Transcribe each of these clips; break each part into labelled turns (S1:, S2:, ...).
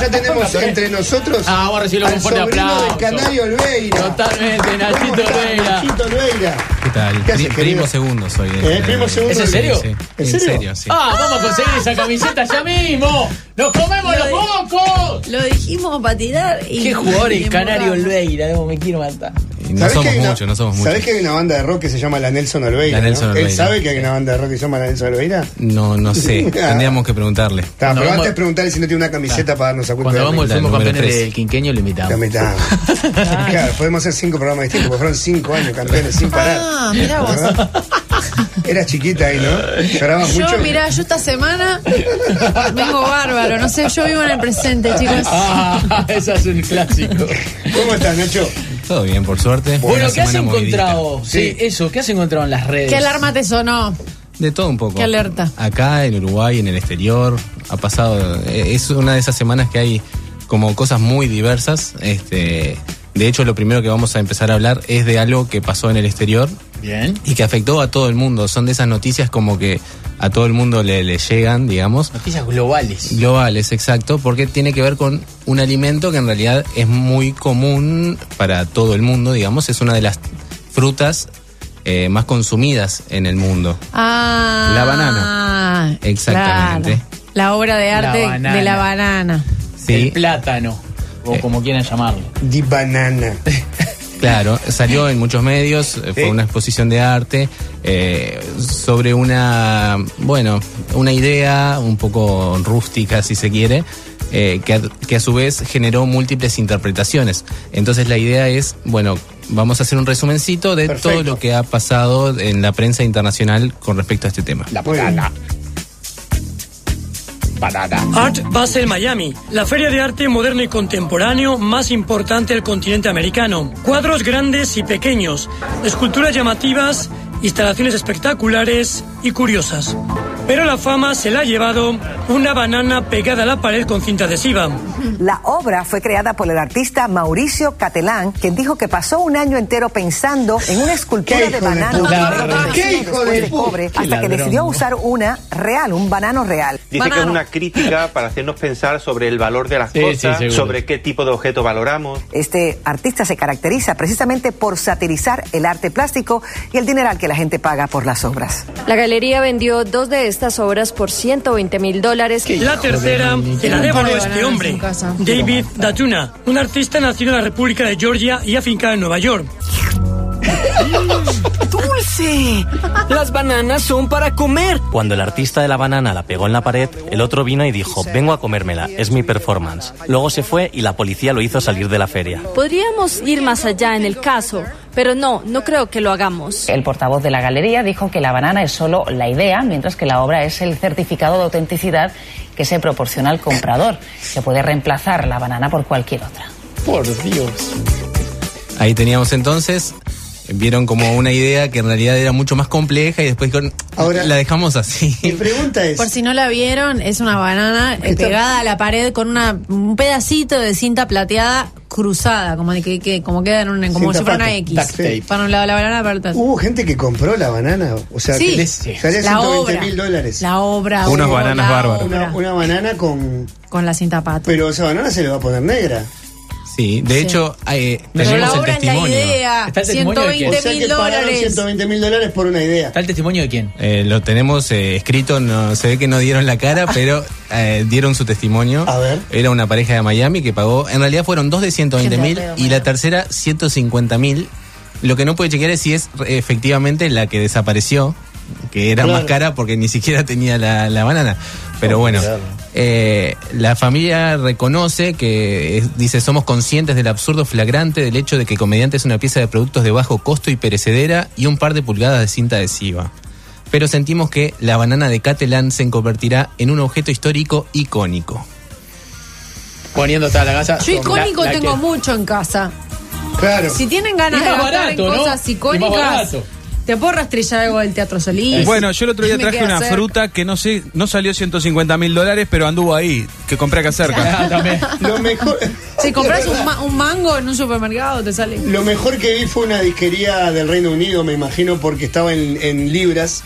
S1: ya tenemos entre nosotros
S2: Ah, vamos a recibirlo con
S1: al
S2: un fuerte
S1: sobrino
S2: aplauso.
S1: del Canario Olveira.
S2: Totalmente,
S1: ¿Cómo
S2: Nachito
S1: estás,
S2: Vela.
S1: Nachito Olveira?
S3: ¿Qué tal?
S1: ¿Qué haces,
S3: Pri-
S1: querido?
S3: primo segundo soy. de-
S1: ¿Eh? Primo
S3: de-
S1: segundo.
S2: ¿Es en
S1: del-
S2: serio?
S3: Sí.
S1: ¿En
S3: ¿En
S1: serio?
S3: serio? sí.
S2: Ah, vamos a conseguir esa camiseta ya mismo. ¡Nos comemos los mocos!
S4: Lo dijimos para tirar y.
S2: ¡Qué jugador
S4: y
S2: el Canario
S4: demoramos.
S2: Olveira! no, Me quiero matar.
S3: Y no
S1: ¿Sabés que
S3: somos
S1: hay una-
S3: muchos, no somos muchos.
S1: ¿Sabés que hay una banda de rock que se llama La Nelson Olveira?
S3: La Nelson
S1: no? ¿Él
S3: Olveira.
S1: sabe que hay una banda de rock que se llama La Nelson Olveira?
S3: No, no sé. Tendríamos que preguntarle.
S1: Está,
S2: Cuando
S1: pero
S2: vamos-
S1: antes preguntarle si no tiene una camiseta para darnos a cuenta.
S2: Cuando
S1: de
S2: vamos,
S3: la
S2: fuimos
S3: número
S2: campeones
S3: tres.
S2: del quinqueño, lo invitamos.
S1: La mitad. claro, podemos hacer cinco programas distintos, porque fueron cinco años campeones sin parar.
S4: Ah, mirá vos.
S1: ¿Verdad? Eras chiquita ahí, ¿no? Llorabas
S4: Yo,
S1: mucho.
S4: mirá, yo esta semana vengo bárbaro. No sé, yo vivo en el presente, chicos.
S2: Ah, esa es un clásico.
S1: ¿Cómo estás, Nacho?
S3: Todo bien, por suerte.
S2: Bueno,
S3: Una
S2: ¿qué has
S3: semana movidita.
S2: encontrado? Sí.
S1: Sí.
S2: eso, ¿qué has encontrado en las redes?
S4: ¿Qué alarma te sonó?
S3: De todo un poco.
S4: Qué alerta.
S3: Acá, en Uruguay, en el exterior. Ha pasado. eh, Es una de esas semanas que hay como cosas muy diversas. Este. De hecho, lo primero que vamos a empezar a hablar es de algo que pasó en el exterior
S2: Bien.
S3: y que afectó a todo el mundo. Son de esas noticias como que a todo el mundo le, le llegan, digamos.
S2: Noticias globales.
S3: Globales, exacto, porque tiene que ver con un alimento que en realidad es muy común para todo el mundo, digamos, es una de las frutas eh, más consumidas en el mundo.
S4: Ah.
S3: La banana.
S4: claro.
S3: Exactamente.
S4: La obra de arte
S2: banana.
S4: de la banana.
S2: El
S3: Sí,
S2: plátano, o
S3: Eh.
S2: como quieran llamarlo.
S1: Di banana.
S3: claro, salió en muchos medios, eh, fue
S1: Sí.
S3: una exposición de arte eh, sobre una, bueno, una idea un poco rústica, si se quiere. eh, que, a, que a su vez generó múltiples interpretaciones. Entonces la idea es, bueno, vamos a hacer un resumencito de
S1: Perfecto.
S3: todo lo que ha pasado en la prensa internacional con respecto a este tema.
S5: La
S1: Muy bien.
S5: banana. Banana.
S6: Art Basel Miami, la feria de arte moderno y contemporáneo más importante del continente americano. Cuadros grandes y pequeños, esculturas llamativas, instalaciones espectaculares y curiosas. Pero la fama se la ha llevado una banana pegada a la pared con cinta adhesiva.
S7: La obra fue creada por el artista Mauricio Catelán, quien dijo que pasó un año entero pensando en una
S1: ¿Qué
S7: escultura
S1: hijo
S7: de
S1: de
S7: banano
S1: puta?
S7: que
S1: ¿Qué hijo
S7: después
S1: de
S7: de
S1: puta?
S7: cobre,
S2: Qué
S7: hasta que
S2: ladrón,
S7: decidió
S2: ¿no?
S7: usar una real, un banano real.
S8: Dice que
S4: Banano.
S8: es una crítica para hacernos pensar sobre el valor de las
S2: Sí, sí,
S8: cosas,
S2: seguro.
S8: sobre qué tipo de objeto valoramos.
S7: Este artista se caracteriza precisamente por satirizar el arte plástico y el dineral que la gente paga por las obras.
S9: La galería vendió dos de estas obras por 120 mil dólares.
S6: La tercera que la devoró
S4: Pobre
S6: este
S4: banana en
S6: hombre,
S4: su casa.
S6: David Datuna, un artista nacido en la República de Georgia y afincado en Nueva York.
S10: ¡Dulce! Las bananas son para comer.
S11: Cuando el artista de la banana la pegó en la pared, el otro vino y dijo, vengo a comérmela, es mi performance. Luego se fue y la policía lo hizo salir de la feria.
S9: Podríamos ir más allá en el caso, pero no, no creo que lo hagamos.
S10: El portavoz de la galería dijo que la banana es solo la idea, mientras que la obra es el certificado de autenticidad que se proporciona al comprador. Se puede reemplazar la banana por cualquier otra.
S2: Por Dios.
S3: Ahí teníamos entonces, vieron como una idea que en realidad era mucho más compleja y después dijeron,
S1: Ahora-
S3: la dejamos
S1: Mi
S3: así.
S1: pregunta es.
S4: Por si no la vieron, es una banana eh,
S1: Está-
S4: pegada a la pared con una, un pedacito de cinta plateada cruzada, como de que, que- como queda en un, como
S1: Cinta
S4: si fuera una
S1: pata.
S4: X.
S1: Duct tape.
S4: Para un lado la banana, para el otro.
S1: Hubo gente que compró la banana. O sea,
S4: Sí.
S1: que
S2: Sí.
S1: salía
S4: la
S1: 120
S4: obra.
S1: mil dólares.
S4: La obra.
S3: Unas
S4: hubo
S3: bananas
S4: la
S3: bárbaras.
S4: obra.
S1: Una, una banana con.
S4: Con la cinta pata.
S1: Pero esa banana se le va a poner negra.
S3: Sí, de
S4: Sí.
S3: hecho, eh,
S4: Pero la
S3: tenemos el
S4: obra es la
S3: testimonio.
S4: idea.
S2: Está el testimonio de que-
S1: O
S4: 120
S1: sea que
S4: mil
S1: pagaron
S4: dólares.
S1: 120 mil dólares por una idea.
S2: ¿Está el testimonio de quién?
S3: Eh, lo tenemos eh, escrito, no, se ve que no dieron la cara, pero eh, dieron su testimonio.
S1: Ah. A ver.
S3: Era una pareja de Miami que pagó, en realidad fueron dos de 120
S4: Gente
S3: mil
S4: de pedo,
S3: y la
S4: Miami.
S3: tercera 150 mil. Lo que no puede chequear es si es eh, efectivamente la que desapareció, que era
S1: Claro.
S3: más cara porque ni siquiera tenía la, la banana. Pero
S1: Oh,
S3: bueno,
S1: claro.
S3: eh, la familia reconoce que es- dice somos conscientes del absurdo flagrante del hecho de que Comediante es una pieza de productos de bajo costo y perecedera y un par de pulgadas de cinta adhesiva. Pero sentimos que la banana de Catalán se convertirá en un objeto histórico icónico.
S2: Poniendo toda la casa.
S4: Yo icónico
S2: La- la
S4: tengo
S2: que-
S4: mucho en casa.
S1: Claro.
S4: Si tienen ganas
S2: Y
S4: de
S2: más
S4: gastar
S2: barato,
S4: en
S2: ¿no?
S4: cosas
S2: Y más
S4: icónicas,
S2: barato.
S4: te puedo rastrillar algo del Teatro Solís.
S5: Bueno, yo el otro día
S4: Me
S5: traje
S4: queda
S5: una
S4: cerca.
S5: fruta que no sé, no salió 150 mil dólares, pero anduvo ahí, que compré acá cerca.
S2: Ah, también.
S1: Lo mejor.
S4: Si compras
S1: De
S4: un,
S1: verdad.
S4: ma- un mango en un supermercado, te sale.
S1: Lo mejor que vi fue una disquería del Reino Unido, me imagino, porque estaba en, en libras.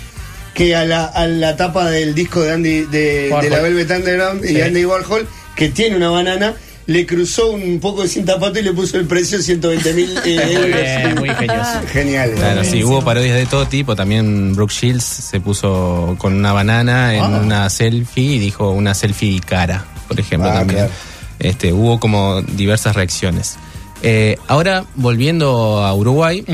S1: Que a la, a la tapa del disco de Andy de, de
S2: Warhol.
S1: la Velvet Underground y
S2: Sí.
S1: Andy Warhol que tiene una banana, le cruzó un poco de cinta pato y le puso el precio 120 mil eh,
S3: Muy
S1: euros.
S3: bien, muy ingenioso.
S1: Genial.
S3: Claro, sí, hubo parodias de todo tipo. También Brooke Shields se puso con una banana en una selfie y dijo una selfie cara, por ejemplo,
S1: Ah,
S3: también.
S1: claro.
S3: Este, hubo como diversas reacciones. Eh, ahora, volviendo a Uruguay,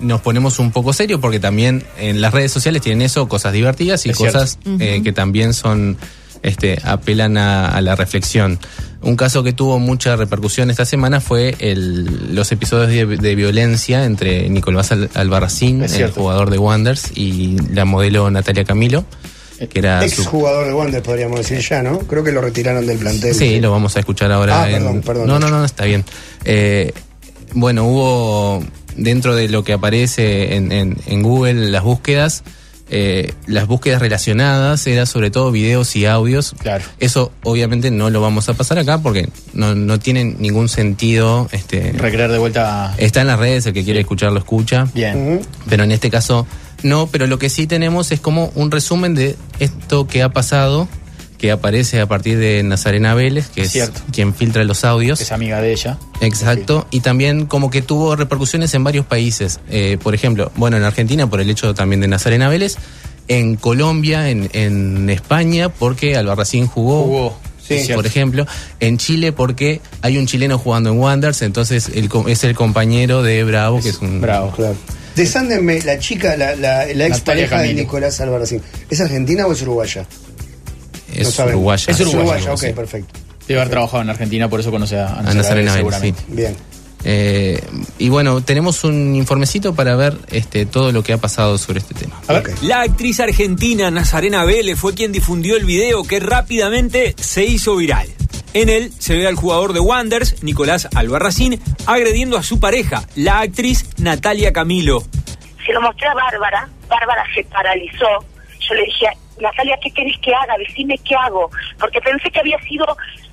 S3: nos ponemos un poco serio porque también en las redes sociales tienen eso, cosas divertidas y
S2: Es cierto.
S3: cosas eh,
S2: Ujú.
S3: que también son este, apelan a, a la reflexión. Un caso que tuvo mucha repercusión esta semana fue el- los episodios de, de violencia entre Nicolás Al- Albarracín,
S1: Es
S3: el
S1: cierto.
S3: jugador de Wanders, y la modelo Natalia Camilo, que
S4: Ah,
S3: era
S1: Ex
S3: su...
S1: jugador de Wander, podríamos decir ya, ¿no? Creo que lo retiraron del plantel.
S3: Sí, lo vamos a escuchar ahora.
S1: Ah,
S3: en-
S1: perdón, perdón.
S3: No, no, no, está bien. Eh, bueno, hubo dentro de lo que aparece en, en- en Google las búsquedas, eh, las búsquedas relacionadas era sobre todo videos y audios. Claro. Eso obviamente no lo vamos a pasar acá porque no, no tiene ningún sentido. Este,
S2: Recrear de vuelta.
S3: Está en las redes, el que quiere escuchar lo escucha.
S1: Mm,
S2: Bien.
S3: Pero en este caso no, pero lo que sí tenemos es como un resumen de esto que ha pasado, que aparece a partir de Nazarena Vélez, que es
S2: Cierto.
S3: quien filtra los audios.
S2: Es amiga de ella.
S3: Exacto, y también como que tuvo repercusiones en varios países. Eh, por ejemplo, bueno, en Argentina por el hecho también de Nazarena Vélez, en Colombia, en, en España, porque Albarracín jugó.
S2: sí,
S3: por
S2: cierto.
S3: ejemplo, en Chile porque hay un chileno jugando en Wanderers, entonces el co- es el compañero de Bravo, que es un...
S2: Bravo,
S1: claro. Desándenme, la chica, la, la, la ex pareja de
S3: Camilo.
S1: Nicolás Albarracín, ¿es argentina o es uruguaya?
S3: Es
S1: sabemos.
S3: uruguaya.
S1: Es uruguaya, ok,
S2: sí.
S1: perfecto.
S2: Debe haber trabajado en Argentina, por eso conoce a
S3: Ana
S2: Ana
S3: Serena
S2: Sarena
S3: Vélez,
S2: seguramente.
S3: sí.
S1: Bien.
S3: Eh, y bueno, tenemos un informecito para ver este, todo lo que ha pasado sobre este tema.
S12: La actriz argentina Nazarena Vélez fue quien difundió el video que rápidamente se hizo viral. En él se ve al jugador de Wanders, Nicolás Albarracín, agrediendo a su pareja, la actriz Natalia Camilo.
S13: Se lo mostré a Bárbara, Bárbara se paralizó. Yo le dije, Natalia, ¿qué querés que haga? Decime qué hago. Porque pensé que había sido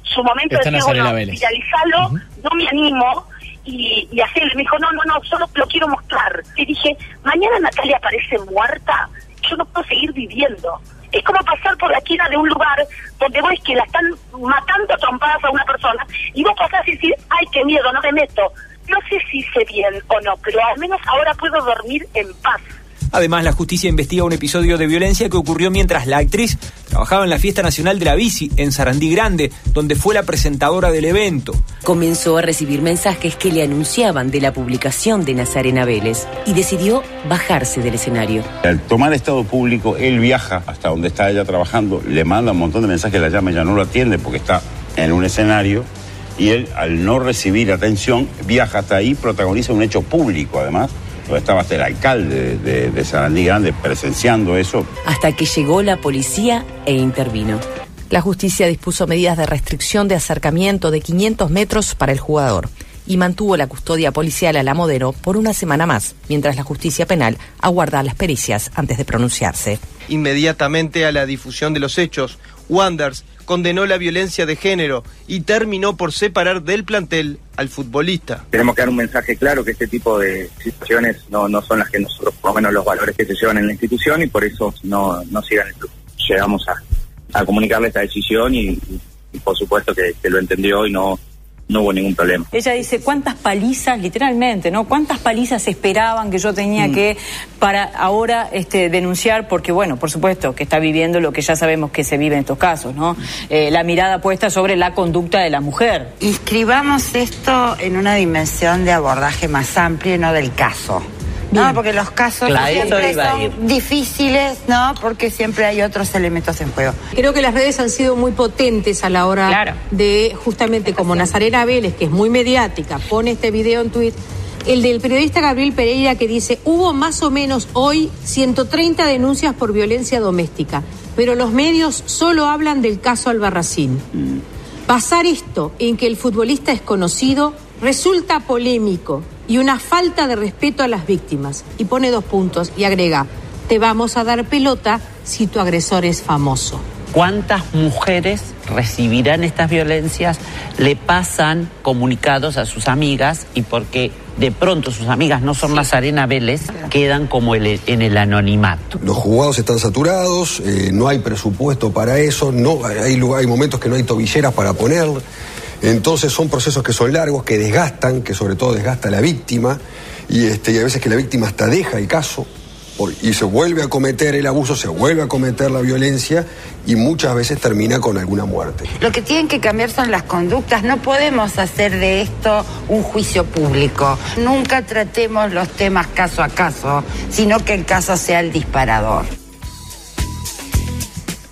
S13: su momento
S2: Está
S13: de decir,
S2: Nazarena
S13: bueno,
S2: Vélez.
S13: viralizalo, no me animo. Y, y hacerle, me dijo, no, no, no, solo lo quiero mostrar. Y dije, mañana Natalia aparece muerta, yo no puedo seguir viviendo. Es como pasar por la esquina de un lugar donde vos es que la están matando a trompadas a una persona y vos pasás y decís, ay, qué miedo, no me meto. No sé si hice bien o no, pero al menos ahora puedo dormir en paz.
S12: Además, la justicia investiga un episodio de violencia que ocurrió mientras la actriz trabajaba en la Fiesta Nacional de la Bici en Sarandí Grande, donde fue la presentadora del evento.
S7: Comenzó a recibir mensajes que le anunciaban de la publicación de Nazarena Vélez y decidió bajarse del escenario.
S14: Al tomar estado público, él viaja hasta donde está ella trabajando, le manda un montón de mensajes, la llama, ella no lo atiende porque está en un escenario. Y él, al no recibir atención, viaja hasta ahí, protagoniza un hecho público, además. Donde estaba hasta el alcalde de, de Sarandí Grande presenciando eso.
S7: Hasta que llegó la policía e intervino.
S10: La justicia dispuso medidas de restricción de acercamiento de 500 metros para el jugador y mantuvo la custodia policial a la Modero por una semana más, mientras la justicia penal aguarda las pericias antes de pronunciarse.
S15: Inmediatamente a la difusión de los hechos, Wanders condenó la violencia de género y terminó por separar del plantel al futbolista.
S16: Tenemos que dar un mensaje claro que este tipo de situaciones no, no son las que nosotros, por lo menos los valores que se llevan en la institución y por eso no, no sigan el club. Llegamos a, a comunicarle esta decisión y, y- y por supuesto que, que lo entendió y no, no hubo ningún problema.
S17: Ella dice cuántas palizas, literalmente, ¿no? Cuántas palizas esperaban que yo tenía que para ahora este, denunciar, porque bueno, por supuesto que está viviendo lo que ya sabemos que se vive en estos casos, ¿no? Eh, la mirada puesta sobre la conducta de la mujer.
S18: Inscribamos esto en una dimensión de abordaje más amplio y no del caso. No, porque los casos
S19: Claro, eso
S18: siempre
S19: iba a
S18: son difíciles, ¿no? Porque siempre hay otros elementos en juego.
S20: Creo que las redes han sido muy potentes a la hora de, justamente como Nazarena Vélez, que es muy mediática, pone este video en tweet, el del periodista Gabriel Pereira que dice, hubo más o menos hoy 130 denuncias por violencia doméstica, pero los medios solo hablan del caso Albarracín.
S19: Mm.
S20: Pasar esto en que el futbolista es conocido resulta polémico y una falta de respeto a las víctimas. Y pone dos puntos y agrega, te vamos a dar pelota si tu agresor es famoso.
S19: ¿Cuántas mujeres recibirán estas violencias? Le pasan comunicados a sus amigas y porque de pronto sus amigas no son Nazarena Vélez, quedan como el- en el anonimato.
S21: Los juzgados están saturados, eh, no hay presupuesto para eso, no, hay, lugar- hay momentos que no hay tobilleras para poner. Entonces son procesos que son largos, que desgastan, que sobre todo desgasta a la víctima, y, este, y a veces que la víctima hasta deja el caso por- y se vuelve a cometer el abuso, se vuelve a cometer la violencia y muchas veces termina con alguna muerte.
S18: Lo que tienen que cambiar son las conductas. No podemos hacer de esto un juicio público. Nunca tratemos los temas caso a caso, sino que el caso sea el disparador.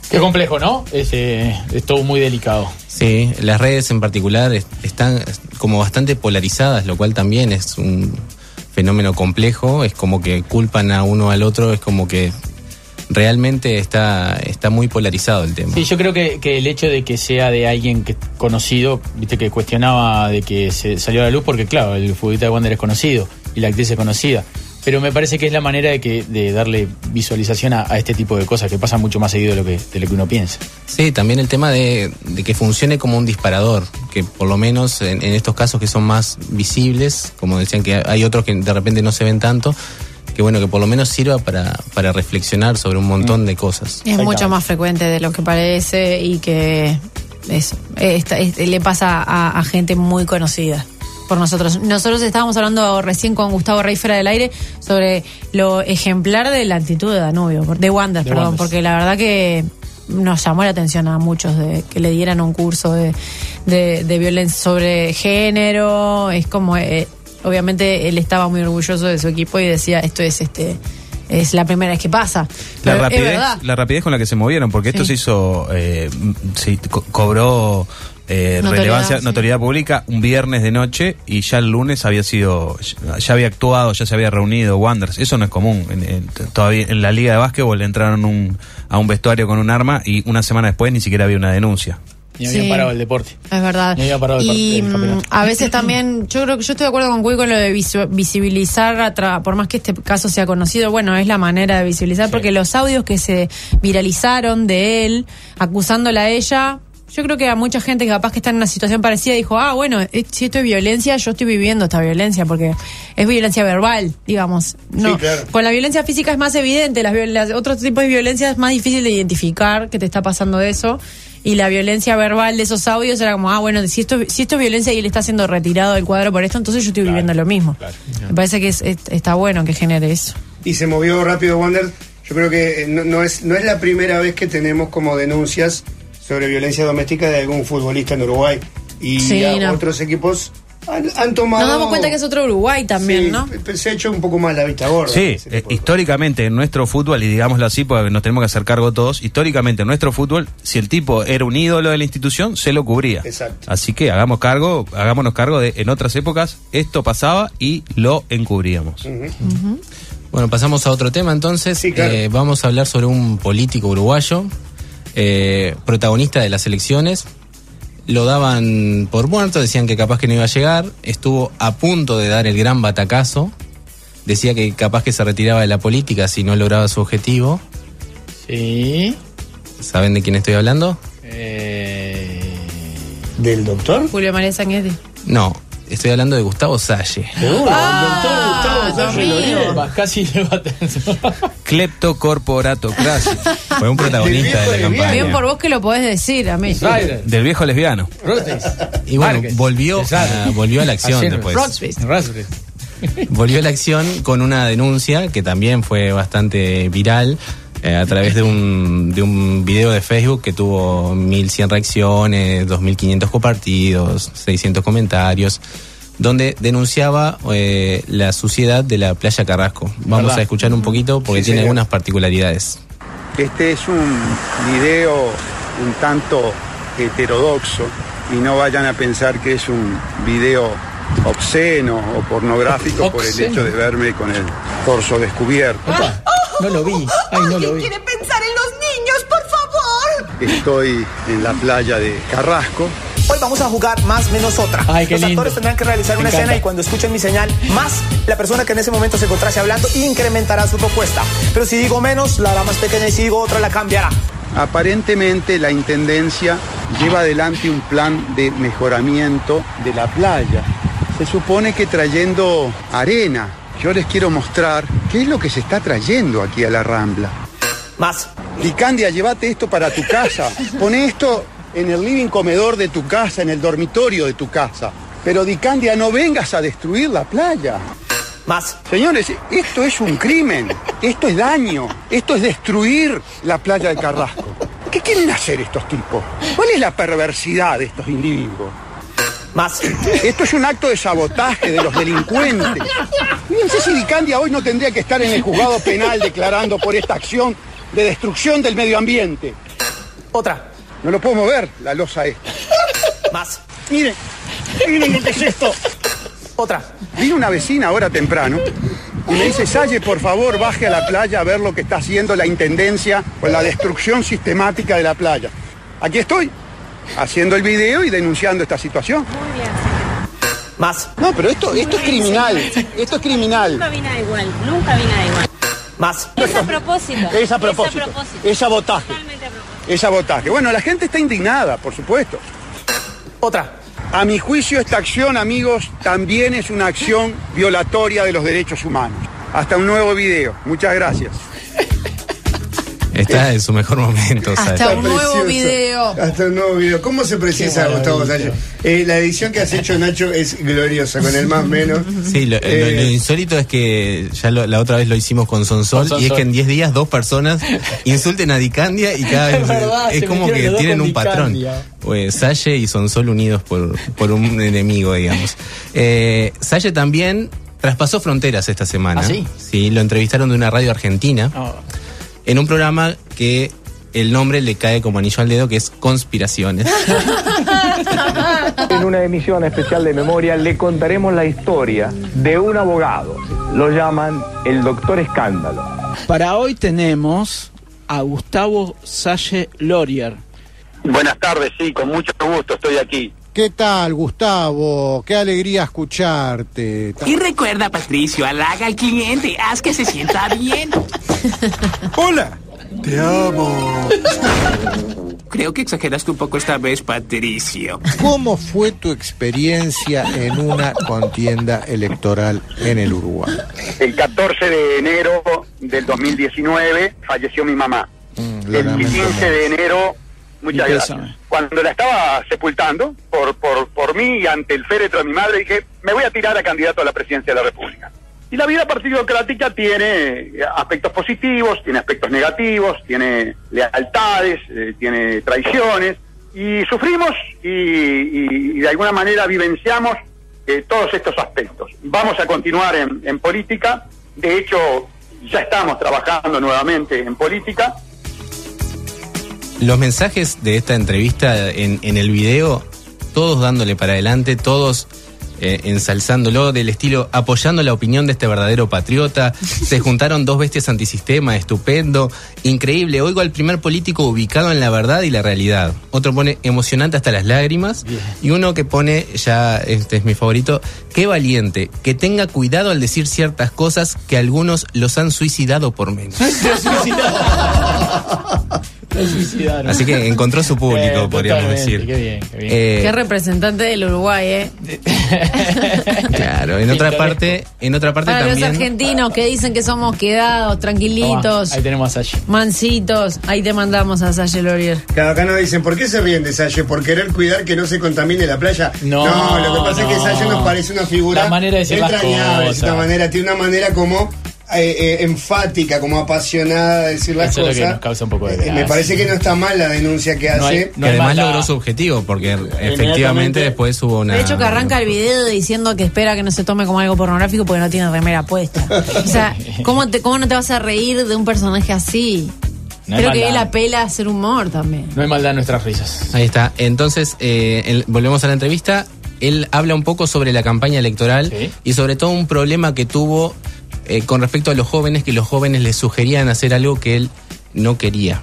S2: Qué complejo, ¿no? Es, eh, es todo muy delicado.
S3: Sí, las redes en particular es- están como bastante polarizadas, lo cual también es un fenómeno complejo, es como que culpan a uno al otro, es como que realmente está, está muy polarizado el tema.
S2: Sí, yo creo que, que el hecho de que sea de alguien que, conocido, viste que cuestionaba de que se salió a la luz, porque claro, el futbolista de Wander es conocido y la actriz es conocida. Pero me parece que es la manera de, que, de darle visualización a, a este tipo de cosas que pasan mucho más seguido de lo que, de lo que uno piensa.
S3: Sí, también el tema de, de que funcione como un disparador, que por lo menos en, en estos casos que son más visibles, como decían que hay otros que de repente no se ven tanto, que bueno, que por lo menos sirva para, para reflexionar sobre un montón de cosas.
S4: Es mucho más frecuente de lo que parece y que eso, esta- es- le pasa a, a gente muy conocida por nosotros. Nosotros estábamos hablando recién con Gustavo Rey fuera del aire sobre lo ejemplar de la actitud de Danubio, por- de Wander,
S22: De
S4: perdón,
S22: Wander.
S4: porque la verdad que nos llamó la atención a muchos de que le dieran un curso de, de- de violencia sobre género. Es como, eh, obviamente, él estaba muy orgulloso de su equipo y decía, esto es este... Es la primera vez que pasa.
S5: La
S4: Pero es
S5: rapidez,
S4: verdad.
S5: la rapidez con la que se movieron, porque esto
S4: Sí.
S5: se hizo, eh, sí, co- cobró eh,
S4: Notoriedad,
S5: relevancia,
S4: sí.
S5: notoriedad pública un viernes de noche y ya el lunes había sido, ya- ya había actuado, ya se había reunido Wanderers. Eso no es común. En- en- t- todavía en la liga de básquetbol entraron un- a un vestuario con un arma y una semana después ni siquiera había una denuncia.
S2: Ni habían
S4: Sí.
S2: parado el deporte.
S4: Es
S23: Ah,
S4: verdad.
S2: Ni habían parado el, par-
S4: Y
S2: el
S4: mm,
S2: campeonato.
S4: a veces también, yo creo que yo estoy de acuerdo con Cuy con lo de visu- visibilizar, a tra- por más que este caso sea conocido, bueno, es la manera de visibilizar, porque los audios que se viralizaron de él acusándola a ella, yo creo que a mucha gente que capaz que está en una situación parecida dijo, ah, bueno, eh, si esto es violencia, yo estoy viviendo esta violencia, porque es violencia verbal, digamos. No,
S22: Sí, claro.
S4: Con la violencia física es más evidente, las, viol- las- otros tipos de violencia es más difícil de identificar que te está pasando eso. Y la violencia verbal de esos audios era como, ah, bueno, si esto, si esto es violencia y él está siendo retirado del cuadro por esto, entonces yo estoy viviendo lo mismo. Me parece que es- es- está bueno que genere eso.
S1: y se movió rápido Wander. Yo creo que eh, no, no es, no es la primera vez que tenemos como denuncias sobre violencia doméstica de algún futbolista en Uruguay. Y
S4: Sí,
S1: a
S4: no.
S1: otros equipos han, han tomado.
S4: Nos damos cuenta que es otro Uruguay también,
S1: Sí,
S4: ¿no?
S1: pe- Se ha hecho un poco más la vista gorda.
S5: Sí, eh, históricamente en nuestro fútbol, y digámoslo así, porque nos tenemos que hacer cargo todos, históricamente en nuestro fútbol, si el tipo era un ídolo de la institución, se lo cubría.
S1: Exacto.
S5: Así que hagamos cargo, hagámonos cargo de en otras épocas esto pasaba y lo encubríamos.
S3: Bueno, pasamos a otro tema entonces. Eh, vamos a hablar sobre un político uruguayo, eh, protagonista de las elecciones. Lo daban por muerto, decían que capaz que no iba a llegar. Estuvo a punto de dar el gran batacazo. Decía que capaz que se retiraba de la política si no lograba su objetivo.
S2: Sí.
S3: ¿Saben de quién estoy hablando?
S1: ¿Del doctor?
S4: Julio María Sanguetti.
S3: No, estoy hablando de Gustavo Salle.
S4: Ah,
S2: Ah, Casi le va a
S5: Clepto corporatocracia. Fue un protagonista de la
S4: Bien
S5: campaña.
S4: por vos que lo podés decir a mí.
S5: Del viejo lesbiano.
S3: Y bueno, volvió a, volvió a la acción
S2: Ayer,
S3: después.
S4: Rothfuss.
S3: Volvió a la acción con una denuncia que también fue bastante viral eh, a través de un, de un video de Facebook que tuvo 1.100 reacciones, 2.500 compartidos, 600 comentarios, donde denunciaba eh, la suciedad de la playa Carrasco. Vamos
S24: Verdad.
S3: a escuchar un poquito porque
S24: Sí,
S3: tiene
S24: señor.
S3: algunas particularidades.
S24: Este es un video un tanto heterodoxo y no vayan a pensar que es un video obsceno o pornográfico por el
S2: Obsceno.
S24: hecho de verme con el torso descubierto.
S23: Ah,
S2: No lo vi. Ay, no lo vi.
S23: oh. pensar en los niños, por favor.
S24: Estoy en la playa de Carrasco.
S23: Hoy vamos a jugar más menos otra. los actores tendrán que realizar
S24: Me
S23: una
S24: encanta.
S23: escena y cuando escuchen mi señal, más la persona que en ese momento se encontrase hablando incrementará su propuesta. Pero si digo menos, la hará más pequeña y si digo otra, la cambiará.
S24: Aparentemente la Intendencia lleva adelante un plan de mejoramiento de la playa. Se supone que trayendo arena. Yo les quiero mostrar qué es lo que se está trayendo aquí a la Rambla. Más. Licandia, llévate esto para tu casa. Pone esto en el living comedor de tu casa, en el dormitorio de tu casa. Pero Dicandia, no vengas a destruir la playa. Más. Señores, esto es un crimen. Esto es daño. Esto es destruir la playa de Carrasco. ¿Qué quieren hacer estos tipos? ¿Cuál es la perversidad de estos individuos? Más. Esto es un acto de sabotaje de los delincuentes. Fíjense si Dicandia hoy no tendría que estar en el juzgado penal declarando por esta acción de destrucción del medio ambiente. Otra. No lo puedo mover, la losa esta. Más. Miren, miren lo que es esto. Otra. Vino una vecina ahora temprano y me dice, Salle, por favor, baje a la playa a ver lo que está haciendo la intendencia con la destrucción sistemática de la playa. Aquí estoy, haciendo el video y denunciando esta situación. Más. No, pero esto, esto es criminal. Esto es criminal.
S6: Nunca vi nada igual, nunca vi nada igual.
S24: Más.
S6: Es a propósito.
S24: Es a propósito. Es sabotaje. Es sabotaje. Bueno, la gente está indignada, por supuesto. Otra. A mi juicio, esta acción, amigos, también es una acción violatoria de los derechos humanos. Hasta un nuevo video. Muchas gracias.
S3: Está en su mejor momento, Sal.
S1: Está precioso. Hasta un nuevo video. ¿Cómo se precisa, Gustavo Salles? Eh, la edición que has hecho, Nacho, es gloriosa, con el más menos.
S3: Sí, lo, lo-
S1: Eh,
S3: lo insólito es que ya lo- la otra vez lo hicimos con Sonsol,
S1: Con
S3: y es
S1: Sonsol.
S3: que en 10 días dos personas insulten a Dicandia y cada vez
S22: Es verdad,
S3: es
S22: se
S3: como
S22: metieron
S3: que
S22: los dos
S3: tienen
S22: con
S3: un patrón.
S22: Dicandia.
S3: Eh, Salle y Sonsol unidos por, por un enemigo, digamos. Eh, Salle también traspasó fronteras esta semana.
S2: ¿Ah, sí?
S3: lo entrevistaron de una radio argentina
S22: Ah.
S3: en un programa que el nombre le cae como anillo al dedo, que es Conspiraciones.
S25: En una emisión especial de memoria le contaremos la historia de un abogado. Lo llaman el doctor escándalo.
S26: Para hoy tenemos a Gustavo Salle Lorier.
S25: Buenas tardes, Pues sí, con mucho gusto estoy aquí.
S27: ¿Qué tal, Gustavo? Qué alegría escucharte.
S28: Y recuerda, Patricio, halaga al cliente, haz que se sienta bien.
S27: ¡Hola! Te amo.
S28: Creo que exageraste un poco esta vez, Patricio.
S27: ¿Cómo fue tu experiencia en una contienda electoral en el Uruguay?
S25: El 14 de enero del 2019 falleció mi mamá. el 15 de enero, muchas
S26: Mi
S25: gracias.
S26: pésame.
S25: Cuando la estaba sepultando por, por, por mí y ante el féretro de mi madre, dije, me voy a tirar a candidato a la presidencia de la República. Y la vida partidocrática tiene aspectos positivos, tiene aspectos negativos, tiene lealtades, eh, tiene traiciones. Y sufrimos y, y- y de alguna manera vivenciamos eh, todos estos aspectos. Vamos a continuar en, en política. De hecho, ya estamos trabajando nuevamente en política.
S3: Los mensajes de esta entrevista en, en el video, todos dándole para adelante, todos eh, ensalzándolo del estilo apoyando la opinión de este verdadero patriota. Se juntaron dos bestias antisistema, estupendo, increíble. Oigo al primer político ubicado en la verdad y la realidad. Otro pone emocionante hasta las lágrimas. Y uno que pone, ya este es mi favorito, qué valiente, que tenga cuidado al decir ciertas cosas que algunos los han suicidado por menos. Así que encontró su público,
S2: Eh,
S3: podríamos
S2: totalmente,
S3: decir.
S2: qué bien, qué bien.
S3: Eh,
S4: Qué representante del Uruguay, ¿eh?
S3: claro, en otra parte, en otra parte
S4: Para los
S3: también.
S4: argentinos que dicen que somos quedados, tranquilitos,
S2: Ahí tenemos a Salle.
S4: mansitos, ahí te mandamos a Salle Lorier.
S1: Claro, acá nos dicen, ¿por qué se ríen de Salle? ¿Por querer cuidar que no se contamine la playa?
S2: No,
S1: lo que pasa es que
S2: no.
S1: Salle nos parece una figura
S2: La manera de decir las
S1: entrañable,
S2: cosas.
S1: es una manera, tiene una manera como eh, eh, enfática, como apasionada de decir las
S2: Eso es lo
S1: cosas.
S2: que nos causa un poco de
S1: Eh, Me
S2: gracia.
S1: parece que no está mal la denuncia que hace.
S3: No hay- que además logró su objetivo, porque efectivamente después hubo una.
S4: De hecho, que arranca el video diciendo que espera que no se tome como algo pornográfico porque no tiene remera puesta. O sea, ¿cómo, te, cómo no te vas a reír de un personaje así?
S3: No hay
S4: Pero que
S3: maldad.
S4: él apela a hacer humor también.
S3: No hay maldad en nuestras risas. Ahí está. Entonces, eh, el- volvemos a la entrevista. Él habla un poco sobre la campaña electoral y sobre todo un problema que tuvo eh, con respecto a los jóvenes, que los jóvenes le sugerían hacer algo que él no quería.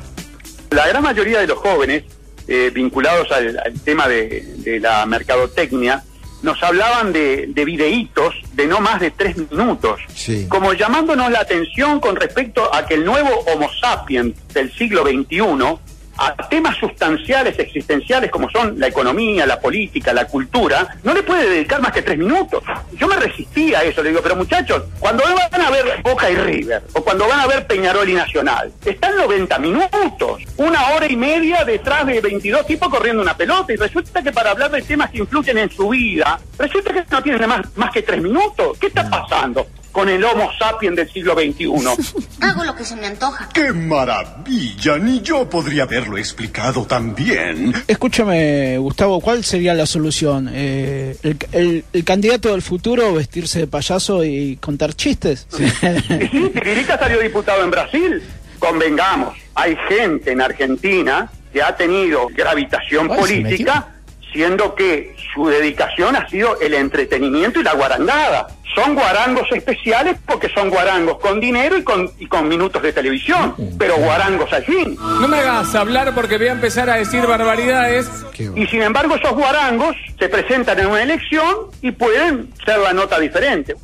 S25: La gran mayoría de los jóvenes eh, vinculados al, al tema de, de la mercadotecnia nos hablaban de, de videítos de no más de tres minutos,
S27: Sí.
S25: como llamándonos la atención con respecto a que el nuevo Homo sapiens del siglo XXI a temas sustanciales, existenciales, como son la economía, la política, la cultura, no le puede dedicar más que tres minutos. Yo me resistía a eso, le digo, pero muchachos, cuando van a ver Boca y River, o cuando van a ver Peñarol y Nacional, están 90 minutos, una hora y media detrás de 22 tipos corriendo una pelota, y resulta que para hablar de temas que influyen en su vida, resulta que no tienen más, más que tres minutos. ¿Qué está pasando? con el Homo sapiens del siglo XXI.
S29: Hago lo que se me antoja.
S30: ¡Qué maravilla! Ni yo podría haberlo explicado tan bien.
S26: Escúchame, Gustavo, ¿cuál sería la solución? Eh, el, el- el candidato del futuro vestirse de payaso y contar chistes?
S25: Y sí, Tiririca salió diputado en Brasil. Convengamos, hay gente en Argentina que ha tenido gravitación
S26: Ay, se
S25: política, siendo que su dedicación ha sido el entretenimiento y la guarangada. Son guarangos especiales porque son guarangos con dinero y con, y con minutos de televisión, pero guarangos allí.
S31: No me hagas hablar porque voy a empezar a decir barbaridades.
S25: Y sin embargo esos guarangos se presentan en una elección y pueden ser la nota diferente.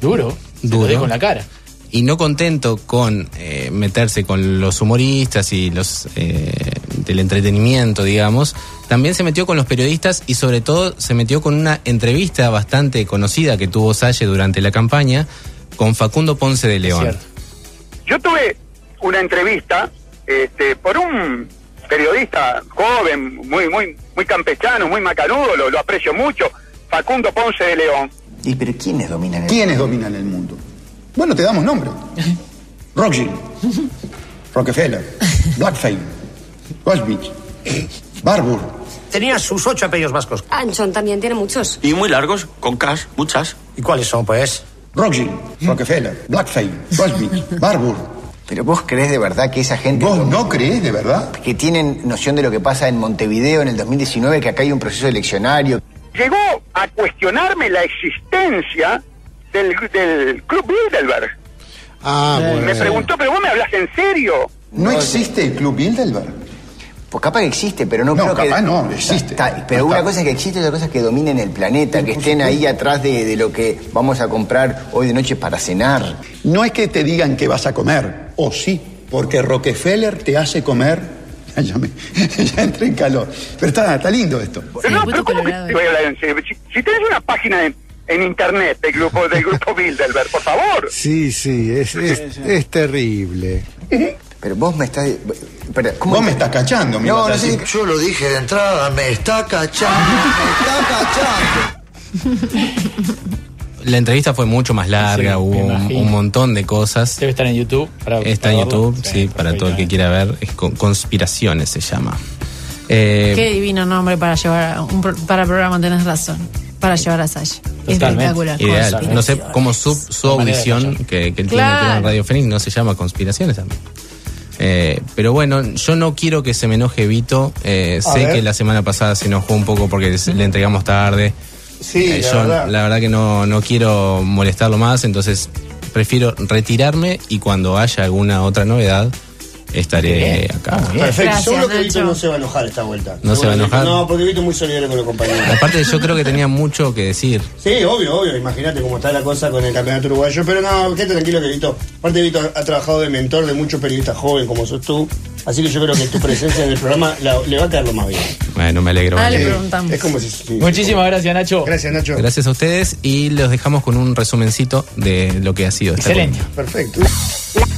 S2: Duro.
S3: Duro.
S2: con la cara.
S3: Y no contento con eh, meterse con los humoristas y los eh, del entretenimiento, digamos, también se metió con los periodistas y sobre todo se metió con una entrevista bastante conocida que tuvo Salle durante la campaña con Facundo Ponce de León.
S25: Yo tuve una entrevista este, por un periodista joven, muy, muy, muy campechano, muy macanudo, lo, lo aprecio mucho, Facundo Ponce de León.
S27: ¿Y pero quiénes dominan el
S24: ¿Quiénes dominan el mundo? Bueno, te damos nombre. Rothschild, Rockefeller, Blackfein, Goldbeach, Barbour.
S27: Tenía sus ocho apellidos vascos.
S29: Anchon también tiene muchos.
S27: Y muy largos, con K, muchas. ¿Y cuáles son, pues?
S24: Rothschild, Rockefeller, Blackfein, Goldbeach, Barbour.
S27: ¿Pero vos crees de verdad que esa gente... ¿Vos no crees de verdad? Que tienen noción de lo que pasa en Montevideo en el 2019, que acá hay un proceso eleccionario.
S25: Llegó a cuestionarme la existencia del, del Club Bilderberg.
S27: Ah,
S25: Me preguntó, pero vos me hablas en serio.
S27: ¿No existe el Club Bilderberg? Pues capaz que existe, pero no,
S24: No,
S27: creo que...
S24: capaz no, existe.
S27: Está- está- pero
S24: No
S27: una
S24: está.
S27: cosa es que existe, otra cosa es que dominen el planeta, que estén ahí atrás de, de lo que vamos a comprar hoy de noche para cenar.
S24: No es que te digan que vas a comer, o sí, porque Rockefeller te hace comer. Ya, me- ya entré en calor. Pero está, está lindo esto.
S25: Pero no, pero ¿cómo que te voy a hablar en serio? Si, si tenés una página en, en internet del grupo, del grupo Bilderberg, por favor.
S32: Sí, sí, es, es, es terrible.
S27: Pero vos me estás...
S24: Vos me estás cachando, mi
S32: No,
S24: bata,
S32: no sé,
S24: sí.
S32: yo lo dije de entrada, me está cachando, me está cachando.
S3: La entrevista fue mucho más larga,
S2: Sí,
S3: hubo
S2: me
S3: un,
S2: imagino.
S3: un montón de cosas.
S2: Debe estar en YouTube. para-
S3: Está
S2: para
S3: en
S2: verlo.
S3: YouTube, sí, para todo el que quiera ver. Es con- Conspiraciones se llama. Eh,
S4: Qué divino nombre para llevar a un pro- para el programa, tenés razón. Para llevar a Sasha. Espectacular.
S3: Ideal.
S4: Conspiración.
S3: No sé cómo su, su audición que, que él tiene
S4: Claro.
S3: aquí en Radio Fénix no se llama Conspiraciones también. Eh, pero bueno, yo no quiero que se me enoje Vito. Eh,
S33: A
S3: sé
S33: ver.
S3: que la semana pasada se enojó un poco porque se- le entregamos tarde.
S33: Sí,
S3: Eh,
S33: la
S3: yo
S33: verdad.
S3: la verdad que no, no quiero molestarlo más, entonces prefiero retirarme y cuando haya alguna otra novedad estaré Eh, acá.
S1: Perfecto. Seguro que
S33: Gracias,
S1: Vito
S33: Nacho.
S1: no se va a enojar esta vuelta.
S3: No se va a
S1: Seguro que-
S3: enojar.
S1: No, porque Vito es muy solidario con los compañeros.
S3: Aparte yo creo que tenía mucho que decir.
S1: Sí, obvio, obvio. Imagínate cómo está la cosa con el campeonato uruguayo. Pero no, quédate tranquilo que Vito. Aparte, Vito ha, ha trabajado de mentor de muchos periodistas jóvenes como sos tú. Así que yo creo que tu presencia en el programa la- le va a caer lo más bien.
S3: Bueno, me alegro. me
S1: Ah, le
S3: alegro.
S1: preguntamos. Es como si.
S2: Muchísimas gracias, Nacho.
S1: Gracias, Nacho.
S3: Gracias a ustedes y los dejamos con un resumencito de lo que ha sido esta
S2: Excelente.
S3: columna.
S1: Perfecto.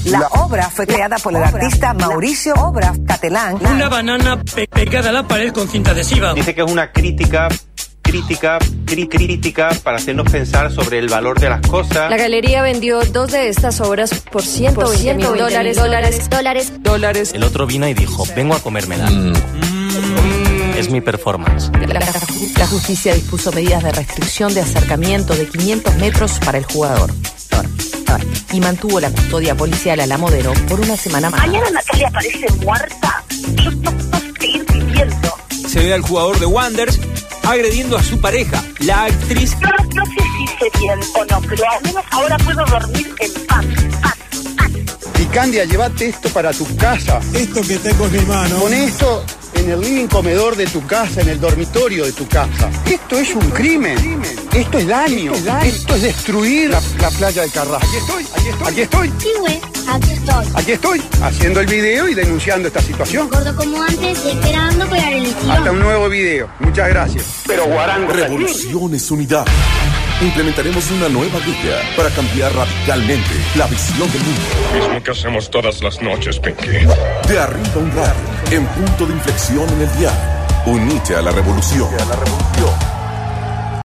S7: La obra fue creada por el artista Mauricio Obra Catalán.
S12: Una banana pe- pegada a la pared con cinta adhesiva.
S8: Dice que es una crítica, crítica, cri- crítica para hacernos pensar sobre el valor de las cosas.
S9: La galería vendió dos de estas obras por 120 mil dólares, dólares, dólares, dólares.
S11: El otro vino y dijo, vengo a comérmela.
S3: Mm.
S11: Es mi performance.
S10: La, la justicia dispuso medidas de restricción de acercamiento de 500 metros para el jugador y mantuvo la custodia policial a la Modero por una semana más.
S13: Mañana Natalia aparece muerta. Yo no puedo seguir viviendo.
S12: Se ve al jugador de Wanders agrediendo a su pareja, la actriz.
S13: Yo no, no sé si hice bien o no, pero al menos ahora puedo dormir en paz.
S24: Picandia, llévate esto para tu casa. Esto que tengo en mi mano. Con esto en el living comedor de tu casa, en el dormitorio de tu casa. Esto es un crimen. Esto es daño. Esto es destruir la, la playa de Carrasco. Aquí estoy, aquí estoy. Aquí estoy.
S2: Sí, güey, aquí estoy.
S24: Aquí estoy, haciendo el video y denunciando esta situación.
S2: Gordo como antes, esperando para el
S24: Hasta un nuevo video. Muchas gracias. Pero
S25: Revolución es unidad. Implementaremos una nueva guía para cambiar radicalmente la visión del mundo.
S34: Mismo que hacemos todas las noches, Pinky.
S25: De arriba a un lado, en punto de inflexión en el día. Unite a la revolución.